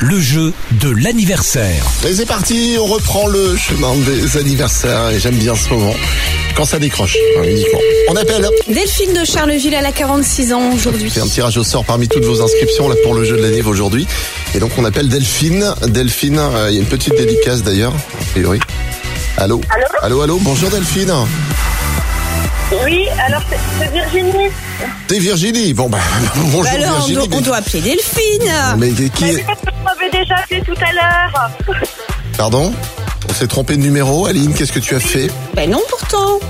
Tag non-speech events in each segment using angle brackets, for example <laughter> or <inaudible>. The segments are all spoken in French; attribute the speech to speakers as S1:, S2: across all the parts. S1: le jeu de l'anniversaire.
S2: Et c'est parti, on reprend le chemin des anniversaires et j'aime bien ce moment quand ça décroche hein, uniquement. On appelle.
S3: Delphine de Charleville, elle a 46 ans aujourd'hui.
S2: Fait un petit tirage au sort parmi toutes vos inscriptions là pour le jeu de l'année aujourd'hui. Et donc on appelle Delphine. Delphine, euh, il y a une petite dédicace d'ailleurs, a priori. Allô
S4: Allô
S2: Allô, allô, bonjour Delphine.
S4: Oui, alors c'est c'est Virginie.
S2: C'est Virginie. Bon bah <laughs> bonjour
S3: Bah alors, on
S2: Virginie.
S3: doit, on doit appeler Delphine.
S2: Mais qui-
S4: Bah
S2: qui
S4: oui, parce que vous m'avez déjà appelé tout à l'heure. <laughs>
S2: Pardon On s'est trompé de numéro, Aline, qu'est-ce que tu as fait <laughs>
S3: Ben non, pourtant.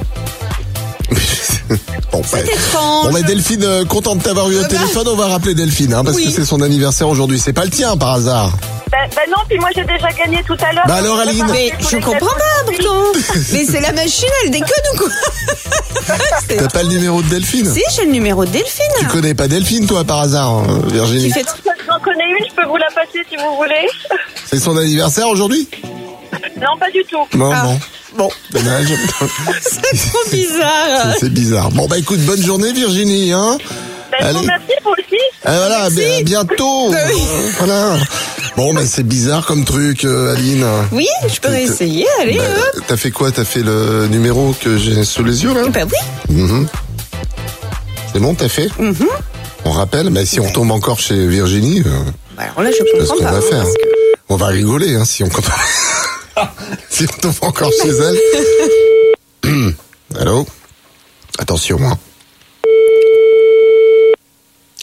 S2: Bon, bah,
S3: étrange.
S2: bon bah, Delphine, euh, contente de t'avoir eu au
S3: bah.
S2: téléphone, on va rappeler Delphine, hein, parce
S3: Oui.
S2: que c'est son anniversaire aujourd'hui. C'est pas le tien par hasard.
S4: Bah, bah non, puis moi j'ai déjà gagné tout à l'heure.
S2: Bah alors, Aline.
S3: Mais je comprends pas,
S2: <laughs>
S3: pourtant. Mais c'est la machine, elle déconne ou quoi C'est-
S2: T'as pas le numéro de Delphine
S3: Si, j'ai le numéro de Delphine.
S2: Tu connais pas Delphine, toi, par hasard, euh, Virginie
S3: Tu fais-
S4: J'en connais une, je peux vous la passer si vous voulez. <laughs>
S2: C'est son anniversaire aujourd'hui
S4: Non, pas du tout.
S2: Non,
S3: Ah.
S2: bon.
S3: Bon, <laughs>
S2: Dommage.
S3: <laughs> c'est trop bizarre.
S2: C'est bizarre. Bon, bah écoute, bonne journée, Virginie. Hein
S4: Bah, je vous
S2: Allez.
S4: remercie, vous aussi.
S2: Ah, voilà, ben, à bientôt.
S3: Bah oui.
S2: Euh, <laughs> Voilà. Bon, bah c'est bizarre comme truc, euh, Aline.
S3: Oui, je peux réessayer, allez.
S2: Bah,
S3: euh.
S2: T'as fait quoi T'as fait le numéro que j'ai sous les yeux, là
S3: Bah oui.
S2: Mhm.
S3: ben.
S2: C'est bon, t'as fait
S3: Mm-hmm.
S2: On rappelle, mais si on tombe encore chez Virginie, euh,
S3: Bah Alors là, je
S2: c'est ce
S3: comprends
S2: qu'on
S3: pas.
S2: va
S3: hein,
S2: faire.
S3: parce que-
S2: On va rigoler hein, si on compare.
S3: <laughs>
S2: si on tombe encore chez elle.
S3: <clears throat>
S2: Allô Attention. hein.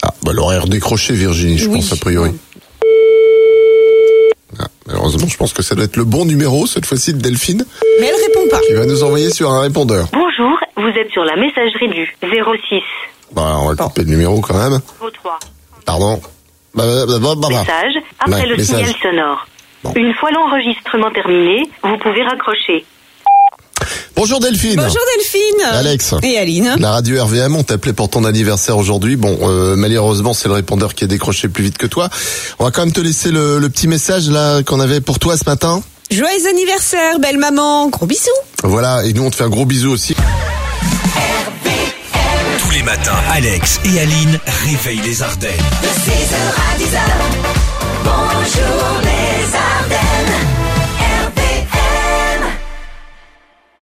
S2: Ah, bah l'horaire décroché, Virginie, je
S3: Oui.
S2: pense, a priori. Ah, malheureusement, je pense que ça doit être le bon numéro, cette fois-ci, de Delphine,
S3: Mais elle répond pas.
S2: qui va nous envoyer sur un répondeur.
S5: Bonjour, vous êtes sur la messagerie du 06
S2: Bah, on va couper le numéro quand même.
S5: 03.
S2: Pardon. Bah, bah, bah, bah, bah, bah.
S5: Message après
S2: Ouais,
S5: le
S2: message.
S5: signal sonore.
S2: Bon.
S5: Une fois l'enregistrement terminé, vous pouvez raccrocher.
S2: Bonjour Delphine.
S3: Bonjour Delphine.
S2: Alex.
S3: Et Aline.
S2: La radio RVM, on t'appelait pour ton anniversaire aujourd'hui. Bon, euh, malheureusement, c'est le répondeur qui a décroché plus vite que toi. On va quand même te laisser le, le petit message là qu'on avait pour toi ce matin.
S3: Joyeux anniversaire, belle maman. Gros bisous.
S2: Voilà, et nous on te fait un gros bisou aussi.
S1: Tous les matins, Alex et Aline réveillent les Ardennes.
S6: De 6h à 10h, bonne journée.